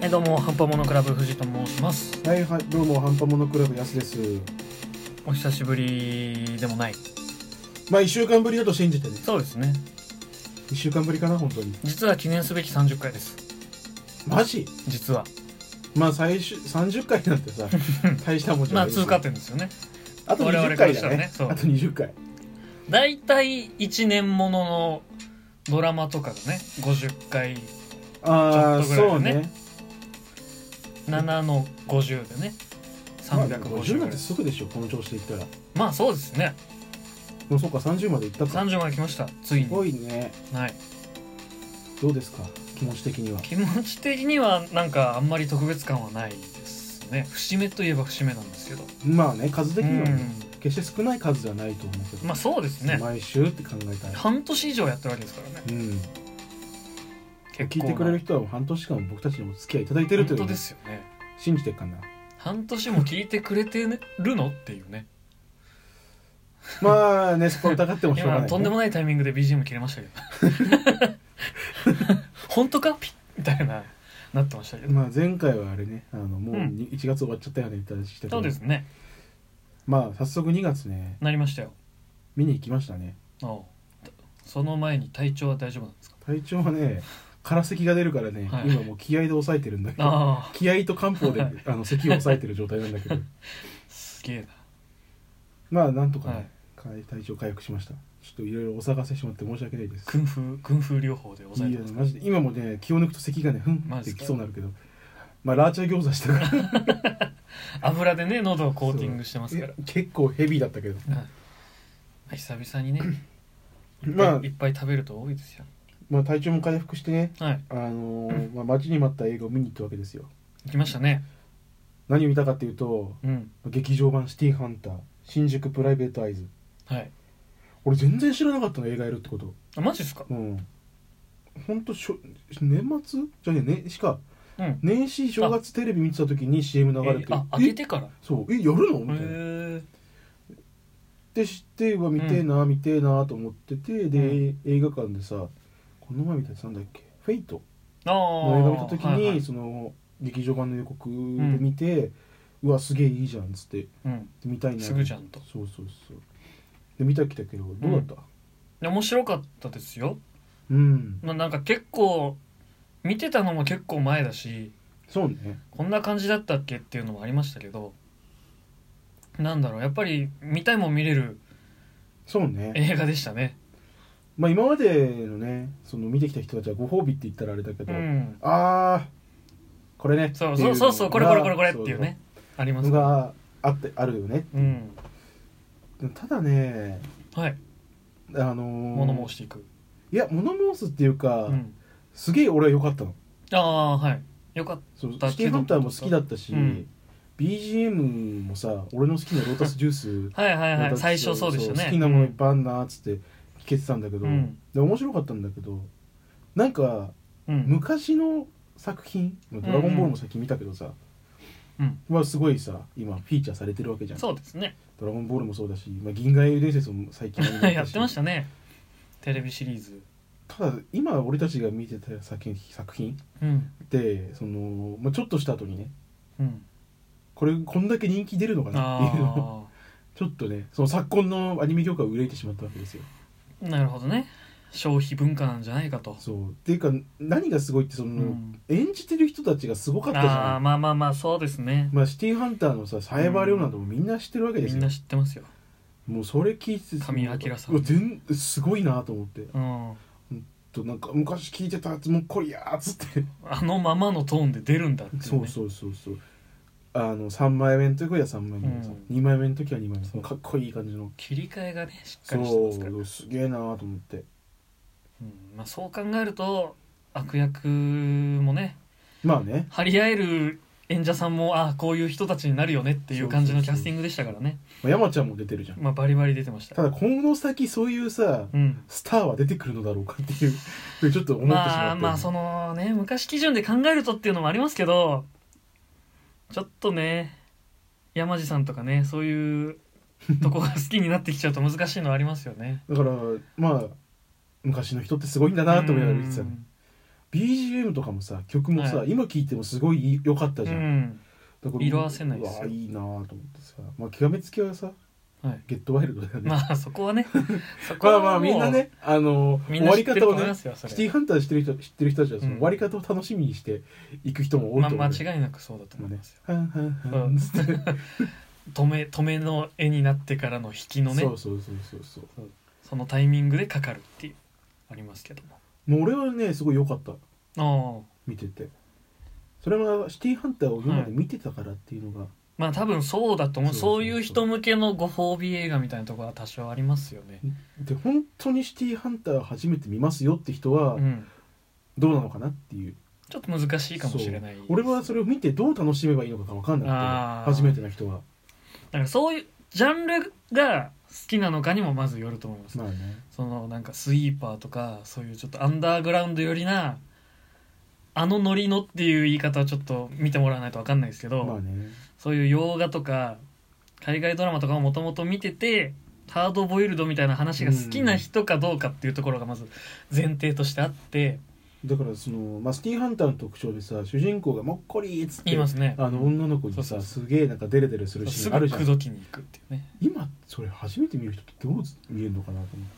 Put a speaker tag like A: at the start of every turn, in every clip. A: えどうもハンパモノクラブ藤と申します
B: はいはいどうもハンパモノクラブやすです
A: お久しぶりでもない
B: まあ1週間ぶりだと信じてね
A: そうですね
B: 1週間ぶりかな本当に
A: 実は記念すべき30回です
B: マジ
A: 実は
B: まあ最終30回なん てさ大したもんじゃ
A: ま
B: な
A: あ
B: い
A: 通過点ですよね
B: あと
A: 我々
B: 20
A: から
B: 回
A: し
B: だ
A: たら
B: ね
A: ねそう
B: あと20回
A: 大体1年もののドラマとかがね50回
B: ああ、
A: ちょっと
B: そう
A: ぐらいだ
B: ね
A: 7の50でね
B: 50
A: 350
B: なん
A: ぐら
B: て
A: い
B: すぐでしょこの調子でいったらも
A: まあそうですね
B: うそうか30までいったか
A: 30まで来ましたつい
B: すご
A: に
B: いね
A: はい
B: どうですか気持ち的には
A: 気持ち的にはなんかあんまり特別感はないですね節目といえば節目なんですけど
B: まあね数的には
A: う
B: ね
A: ん
B: 決して少ない数ではないと思うけど
A: まあそうですね
B: 毎週って考えたら
A: 半年以上やってるわけですからね
B: うん
A: 結
B: 聞い
A: 構
B: て
A: な
B: くれる人はもう半年間僕たちにお付き合いいただいてるとい
A: 本
B: う
A: 当
B: ね
A: ですよね
B: 信じてるかな
A: 半年も聞いてくれてるのっていうね
B: まあね、そこ疑ってもしょうがない、
A: 今
B: ね。
A: とんでもないタイミングで BGM 切れましたけど 本当かピッみたいななってましたけど、
B: まあ前回はあれね、あのもう
A: うん
B: に1月終わっちゃったよねって話してたけど
A: そうですね
B: まあ早速2月ね、
A: なりましたよ
B: 見に行きましたね。
A: おうその前に体調は大丈夫なんですか
B: 体調はね、空咳が出るからね、
A: はい
B: 今もう気合で抑えてるんだけど、
A: ああ
B: 気合と漢 方で
A: はい
B: あの咳を抑えてる状態なん だけど、
A: すげえ
B: まあなんとか
A: な、
B: ね、
A: はい、
B: かい体調回復しました。ちょっといろいろお騒がせしてもらって申し訳ないです。
A: 軍風軍風療法で抑
B: い
A: え
B: い
A: て
B: よ
A: ます
B: マジで今もね気を抜くと咳がねふん
A: マ
B: っ
A: ジ
B: て
A: っすか
B: きそうになるけどまあラーチャー餃子したから
A: 油でね喉をコーティングしてますから
B: え 結構ヘビーだったけど
A: はい久々にね、
B: まあ
A: いっぱい食べると多いですよ
B: まあ体調も回復してね
A: はい
B: あのーまあ、待ちに待った映画を見に行ったわけですよ
A: 行きましたね
B: 何を見たかっていうと
A: うん
B: 劇場版「シティーハンター」「新宿プライベートアイズ
A: はい」
B: 俺全然知らなかったの映画やるってこと
A: あマジっすか
B: うんほんとしょ年末じゃねえねしか
A: うん
B: 年始正月テレビ見てた時に CM 流れて
A: えあ開け
B: え
A: てからへ
B: そうえやるのみたいなっ
A: え
B: て知ってうわ見てえな見てえなと思っててで、映画館でさこの前見たやつなんだっけ「フェイト」
A: あ
B: の
A: あ
B: 映画見た時に、
A: はいはい
B: その劇場版の予告で見て、うわすげえいいじゃんっつって
A: うん
B: 見たいな
A: すぐじゃんと
B: そうそうそうで見たきたけどどうだった
A: で面白かったですよ、
B: うん、
A: まあ、なんか結構見てたのも結構前だし
B: そうね
A: こんな感じだったっけっていうのもありましたけどなんだろうやっぱり見たいもん見れる
B: そうね
A: 映画でしたね
B: まあ今までのねその見てきた人たちはご褒美って言ったらあれだけ
A: う
B: ど、
A: ん
B: あーこれね
A: そう
B: ってい
A: そうう
B: の
A: そう
B: が
A: そうこれこれこれこれっていうねあり
B: そ
A: ま
B: う
A: す
B: そうのがあってあるよね
A: うん
B: ただね
A: はい
B: あのー
A: 物申していく
B: いや物申すっていうか、
A: うん
B: すげえ俺は良かったの
A: ああはいよかっ
B: そう
A: だけど
B: シティーハンターも好きだったし、
A: うん
B: BGM もさ俺の好きなロータスジュース
A: たはいはいは
B: ロータ
A: い
B: ス
A: 最初そうでしたね
B: 好きなものいっぱいあんなっつって聞けてたんだけど、
A: うん
B: で面白かったんだけどなんか
A: うん
B: 昔の作品「まあドラゴンボール」も最近見たけどさ、
A: うん
B: はすごいさ今フィーチャーされてるわけじゃん
A: そうですね
B: 「ドラゴンボール」もそうだし「まあ、銀河英雄伝説」も最近
A: やってましたた ねテレビシリーズ
B: ただ今俺たちが見てた作品作品
A: うん
B: ってその、まあ、ちょっとした後にね
A: うん
B: これこんだけ人気出るのかなっていうのを
A: あ
B: ちょっとねその昨今のアニメ業界を憂いてしまったわけですよ
A: あ なるほどね消費文化なんじゃないかと
B: そうっていうか何がすごいってその、
A: うん
B: 演じてる人たちがすごかったじ
A: あ
B: ゃ
A: あ
B: ん
A: まあまあまあそうですね
B: まあ、シティーハンターのさサイバー量などもみんな知ってるわけで
A: み
B: す
A: ん
B: よ
A: な、知ってますよ
B: もうそれ聞いてて
A: 神谷明さん
B: うわ全すごいなと思って
A: うん
B: となんか昔聞いてたやつもうこりやーっつって、
A: あのままのトーンで出るんだっていうね
B: そうそうそうそうあの3枚目の時は3枚目のさ、
A: うん
B: 2枚目の時は2枚目かっこいい感じの
A: 切り替えがねしっか
B: そ
A: りしてますから
B: うすげえなーと思って
A: うんまあそう考えると悪役もね
B: まあね
A: 張り合える演者さんもああこういう人たちになるよねっていう感じのキャスティングでしたからね
B: まあ山ちゃんも出てるじゃん
A: まあバリバリ出てました
B: ただ今後の先そういうさ
A: うん
B: スターは出てくるのだろうかっていうちょっと思ってしまって
A: まあまあそのね昔基準で考えるとっていうのもありますけどちょっとね山地さんとかねそういうとこが好きになってきちゃうと難しいのはありますよね。
B: だからまあ昔の人ってすごいんだなと思いながら見てた
A: う
B: ね
A: ん
B: BGM とかもさ曲もさ、
A: は
B: 今聴いてもすごい良かった
A: う
B: じゃん、
A: ん
B: だから
A: 色褪せないですよ
B: うわいいなぁと思ってさまあ極めつきはさ
A: はい
B: ゲットワイルドだよね、まあ、
A: まあそこは ねそこ
B: まあ
A: はもう
B: みんなねあの
A: み
B: 終
A: んな
B: わ
A: 知
B: り
A: ってる
B: 方
A: と
B: を
A: 思いま
B: ね
A: すよそ
B: シティ
A: れ
B: ーハンターしてる人知ってる人たちはその
A: うん
B: 終わり方を楽しみにしていく人も多い
A: ま
B: と思う、
A: 間違いなくそうだと思いますよ
B: はんはんはんっつって
A: 止め止めの絵になってからの引きのね
B: そ
A: そう
B: そうそうそうそう
A: のタイミングでかかるっていうありますけど
B: もう俺はねすごい良かった
A: もああ
B: 見ててそれはシティーハンターを今まで見てたからっていうのが、
A: まあ多分そうだと思う
B: そ
A: そ
B: うそうそう
A: ういう人向けのご褒美映画みたいなところは多少ありますよね
B: で本当にシティーハンター初めて見ますよって人は
A: うん
B: どうなのかなっていう、
A: ちょっと難しいかもしれない
B: 俺はそれを見てどう楽しめばいいのかが分かん
A: あー
B: なくて初めての人は
A: だからそういうジャンルが好きなのかにもまずよると思います、
B: まあね
A: そのなんかスイーパーとかそういうちょっとアンダーグラウンド寄りなあのノリのっていう言い方はちょっと見てもらわないと分かんないですけど、
B: まあね
A: そういう洋画とか海外ドラマとかをもともと見ててハードボイルドみたいな話が好きな人かどうかっていうところがまず前提としてあって
B: だからその、まあ、シティーハンターの特徴でさ主人公がもっこりーっつって
A: 言いますね
B: あの女の子にさ
A: そうそう
B: すげえなんかデレデレするシ
A: す
B: ーンあ
A: ぐ
B: るじゃ
A: 口
B: ん
A: 説きに行くっていうね
B: 今それ初めて見る人ってどう見えるのかなと思っ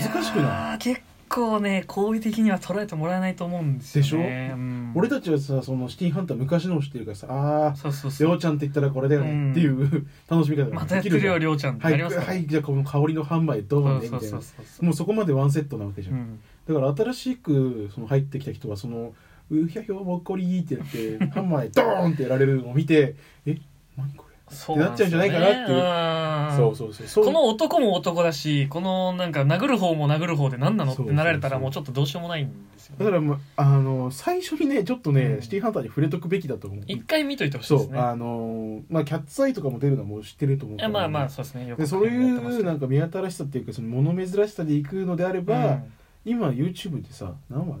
B: て難しくない
A: やー結構ね好意的には捉えてもらえないと思うんですよね
B: でしょ
A: うん
B: 俺たちはさそのシティーハンター昔のを知ってるからさあ
A: そうそう
B: ー
A: そ
B: よ
A: う
B: うちゃんって言ったらこれだよ
A: うん
B: ねっていう楽しみ方
A: ま
B: が
A: たや
B: で
A: っ
B: き
A: てる
B: るじゃん
A: よりょうちゃんって
B: は、
A: ないりますから、
B: はい、じゃあこの香りの販売どう
A: そ
B: なん
A: う
B: で
A: そ
B: み
A: う
B: たい
A: そ
B: な
A: うそう
B: もうそこまでワンセットなわけじゃ、
A: うんん
B: だから新しくその入ってきた人はその「うひゃひょもっこり」ってやって ハンマーでドーンってやられるのを見て「え何これ
A: そ
B: なっちゃうんじゃないかなっていう
A: な」
B: そうそうそうそう
A: この男も男だしこのなんか殴る方も殴る方で何なのって
B: そうそうそう
A: なられたらもうちょっとどうしようもないんですよね、
B: だから、ま、あの最初にねちょっとね、
A: うん
B: シティーハンターに触れとくべきだと思う
A: 一回見といてほしい
B: そ
A: で
B: う
A: すね
B: あのまあキャッツアイとかも出るのはもう知ってると思う
A: い
B: か
A: や
B: ら
A: まあまあそうですねよ
B: でそういうなんか見新しさっていうかその物珍しさでいくのであれば、
A: うん
B: 今 YouTube でさ何話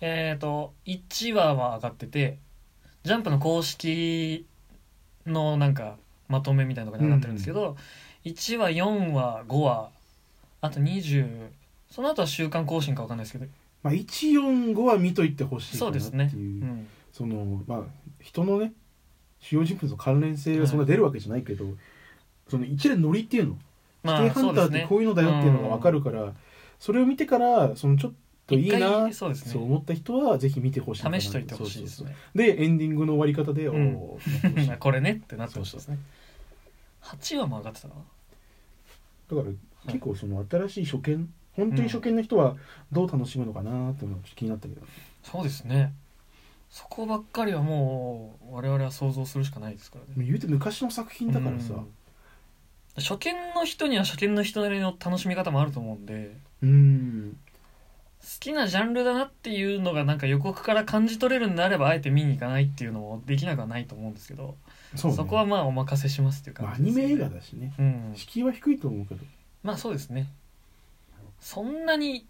A: えっ、と1話は上がっててジャンプの公式のなんかまとめみたいなのが上がってるんですけど、1話4話5話あと20その後は週刊更新か分かんないですけど
B: まあ、145は見といてほしい
A: そう
B: かな
A: で
B: っ
A: す
B: ていう
A: ね
B: そ
A: うん
B: のまあ人のね主要人物の関連性
A: はい
B: はそんな出るわけじゃないけど、その一連のノリっていうの、
A: ま
B: シ
A: あ
B: ティハ
A: そ
B: ン
A: う
B: タ
A: で
B: ーっ
A: す
B: て
A: ね
B: こういうのだよっていうのが分かるから、それを見てからそのちょっといい
A: 一
B: な
A: 回そうですね
B: そう思った人はぜひ見てほしいかな
A: 試しといてほしいですね
B: そうそうそうでエンディングの終わり方で、
A: うん
B: おーってなってほ しい
A: これねってなって
B: そう
A: ほしい
B: そう
A: ですね8話も上がってたの
B: だから結構その新しい初見本当に初見の人はどう楽しむのかなっていうのがちょっと気になったけど、
A: そうですねそこばっかりはもう我々は想像するしかないですからね
B: 言うて昔の作品だからさ
A: うん初見の人には初見の人なりの楽しみ方もあると思うんで
B: うん
A: 好きなジャンルだなっていうのがなんか予告から感じ取れるんであればあえて見に行かないっていうのもできなくはないと思うんですけど
B: そ
A: そ,、
B: うね
A: こはまあお任せしますっていう感
B: まあア
A: じで
B: ニ
A: す
B: メ
A: よね
B: 映画だしね
A: うん
B: 敷居は低いと思うけど
A: まあそうですねそんなに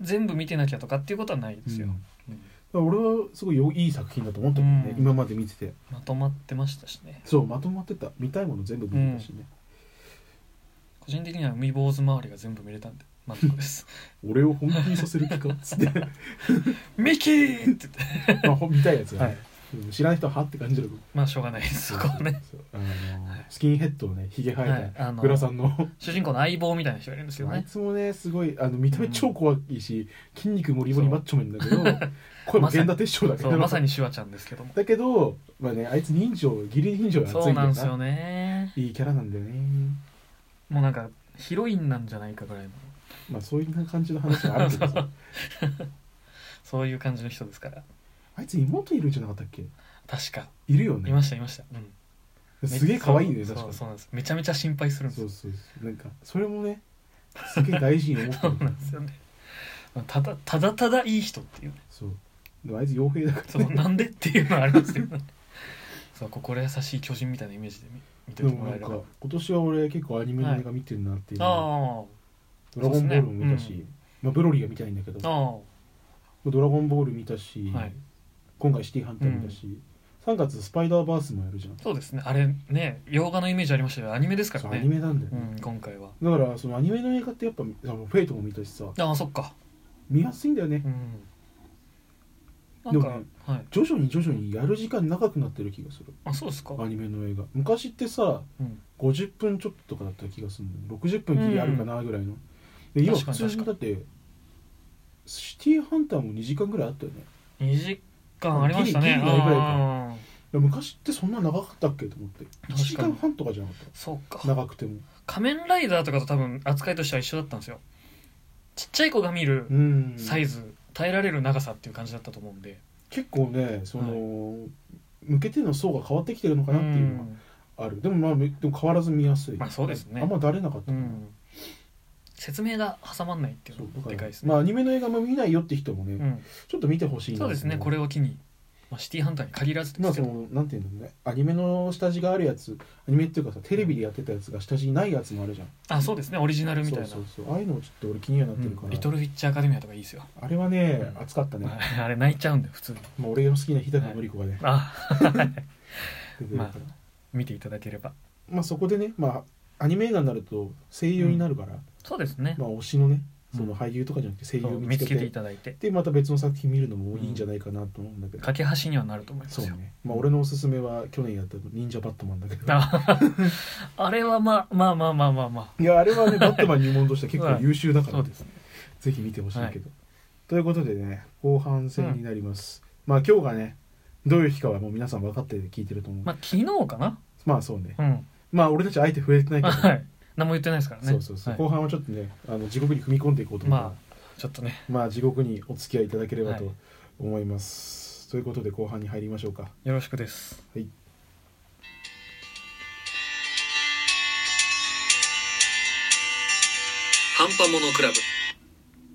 A: 全部見てなきゃとかっていうことはないですよ、うん
B: うん俺はすごいよいい作品だと思ったけどね、
A: うん
B: 今まで見てて
A: まとまってましたしね
B: そうまとまってた見たいもの全部見れたしね、
A: 個人的には海坊主周りが全部見れたんで満足です
B: 俺を本気にさせる気かっつっ てま
A: ミキーって言って
B: あほ見たいやつがね、
A: はい
B: うん知らない人ははって感じる
A: まあしょうがないですそこはね
B: そうあのースキンヘッドのねひげ生
A: は
B: え
A: いあ
B: た
A: の
B: グラさんの、
A: 主人公の相棒みたいな人がいるんですけど
B: あい
A: ね
B: つもねすごいあの見た目超怖いし、筋肉もりもりマッチョマンだけど声も
A: まさに
B: 源田鉄章だけ
A: そ
B: ど
A: うまさにシュワちゃんですけども
B: だけど、まあね、あいつ人情義理人情が熱いんだ
A: そう
B: よ
A: なん
B: な
A: ですよね
B: いいキャラなんだよね
A: もうなんかヒロインなんじゃないかぐらいの
B: まあそういう感じの話はあるけど さ
A: そういう感じの人ですから
B: あいつ妹いるんじゃなかったっけ
A: 確か
B: いるよ
A: いま
B: ね
A: したいました、うん
B: すげえ可愛いね
A: そう
B: 確
A: そう
B: かに
A: そ
B: そう
A: なんですめちゃめちゃ心配するん
B: う
A: です
B: そ
A: よ
B: うそうなんかそれもねすげえ大事に思って
A: そう
B: る
A: なんですよねまあただただただいい人っていうね
B: そうでもあいつ傭兵だか
A: そうなんでっていうのはありますよね そう心優しい巨人みたいなイメージで見見て
B: らで
A: て
B: も
A: もら
B: な
A: え
B: ん
A: れ
B: か
A: ば
B: 今年は俺結構アニメの映画見てるなっていう、
A: あ
B: ドラゴンボールも見
A: そう
B: たし、
A: ですね
B: まあ、ブロリーが見たいんだけど
A: ああ
B: ドラゴンボール見たし、
A: あはい
B: 今回シティハンター見たし、3月スパイダーバースもやるじゃん
A: そうですねあれね洋画のイメージありましたよアニメですか
B: そ
A: ら
B: うアニ
A: ね
B: メなんだよ
A: う
B: ね、
A: ん今回は
B: だからそのアニメの映画ってやっぱあのフェイトも見たしさ
A: ああそっか
B: 見やすいんだよね
A: うんなんか、
B: でもね
A: はい
B: 徐々に徐々にやる時間長くなってる気がする
A: あそうですか
B: アニメの映画昔ってさ
A: うん
B: 50分ちょっととかだった気がするんだよね60分切りあるかなぐらいの、で今
A: 確か
B: 普
A: に
B: 通にだってシティハンターも2時間ぐらいあったよね
A: 2時間ありましたね
B: ギリギリないぐらいか
A: あ
B: いや昔ってそんな長かったっけと思って
A: に
B: 1時間半とかじゃなかっ
A: ーそう
B: た
A: か
B: 長くても
A: 仮面ライダーとかと多分扱いとしては一緒だったんですよちっちゃい子が見る
B: うん
A: サイズ、耐えられる長さっていう感じだったと思うんで
B: 結構ねその、向けての層が変わってきてるのかなっていうの
A: ん
B: がある、でもまあめでも変わらず見やすい、
A: まあそうですね
B: あんまだれなかった
A: う
B: かな、
A: ん説明が挟まんないっていう
B: そ
A: の
B: う
A: が
B: だから
A: でかいですね、
B: まあアニメの映画も見ないよって人もね、
A: うん、
B: ちょっと見てほしいな
A: そうですねこれを機に、まあ、シティハンターに限らずで
B: まあ
A: すけ
B: そ
A: ど、
B: のなんていうのねアニメの下地があるやつアニメっていうかさテレビでやってたやつが下地にないやつもあるじゃん
A: あ、そうですねオリジナルみたいな
B: そうそうそうああいうのちょっと俺気にはなってるから、
A: うんリトルフィッチアカデミアとかいいですよ
B: あれはね、
A: うん
B: 熱かったね、
A: あれ泣いちゃうんだよ普通に
B: まあ、俺の好きな日高のり子がね、
A: あ
B: 出てるから、
A: ま見ていただければ
B: まあそこでねまあアニメ映画になると声優になるから、
A: そうですね、
B: まあ推しのね
A: うん
B: その俳優とかじゃなくて声優
A: そ
B: を
A: う
B: 見
A: 見
B: つ
A: つけ
B: けて,、
A: ていただいて
B: でまた別の作品見るのもいいんじゃないかなと思うんだけど、
A: 架け橋にはなると思います
B: そう
A: よ
B: ねまあ俺のおすすめは去年やった「忍者バットマン」だけど
A: あ あれはまあまあまあまあまあま
B: いやあれはねバットマン入門としては 結構優秀だ
A: あ
B: から、
A: そうですね
B: ぜひ見てほしいけど、ということでね後半戦になります、まあ今日がねどういう日かはもう皆さん分かって聞いてると思う、
A: まあ昨日かな
B: まあそうね
A: うん
B: まあ俺たちあえて触れてないけ ど、
A: はい何も言ってないですからね
B: そうそうそう、
A: はい
B: 後半はちょっとねあの地獄に踏み込んでいこうと思う
A: まあちょっとね
B: まあ地獄にお付き合いいただければ
A: は
B: と
A: い
B: 思います、ということで後半に入りましょうか
A: よろしくです
B: はい
A: 半端ものクラブ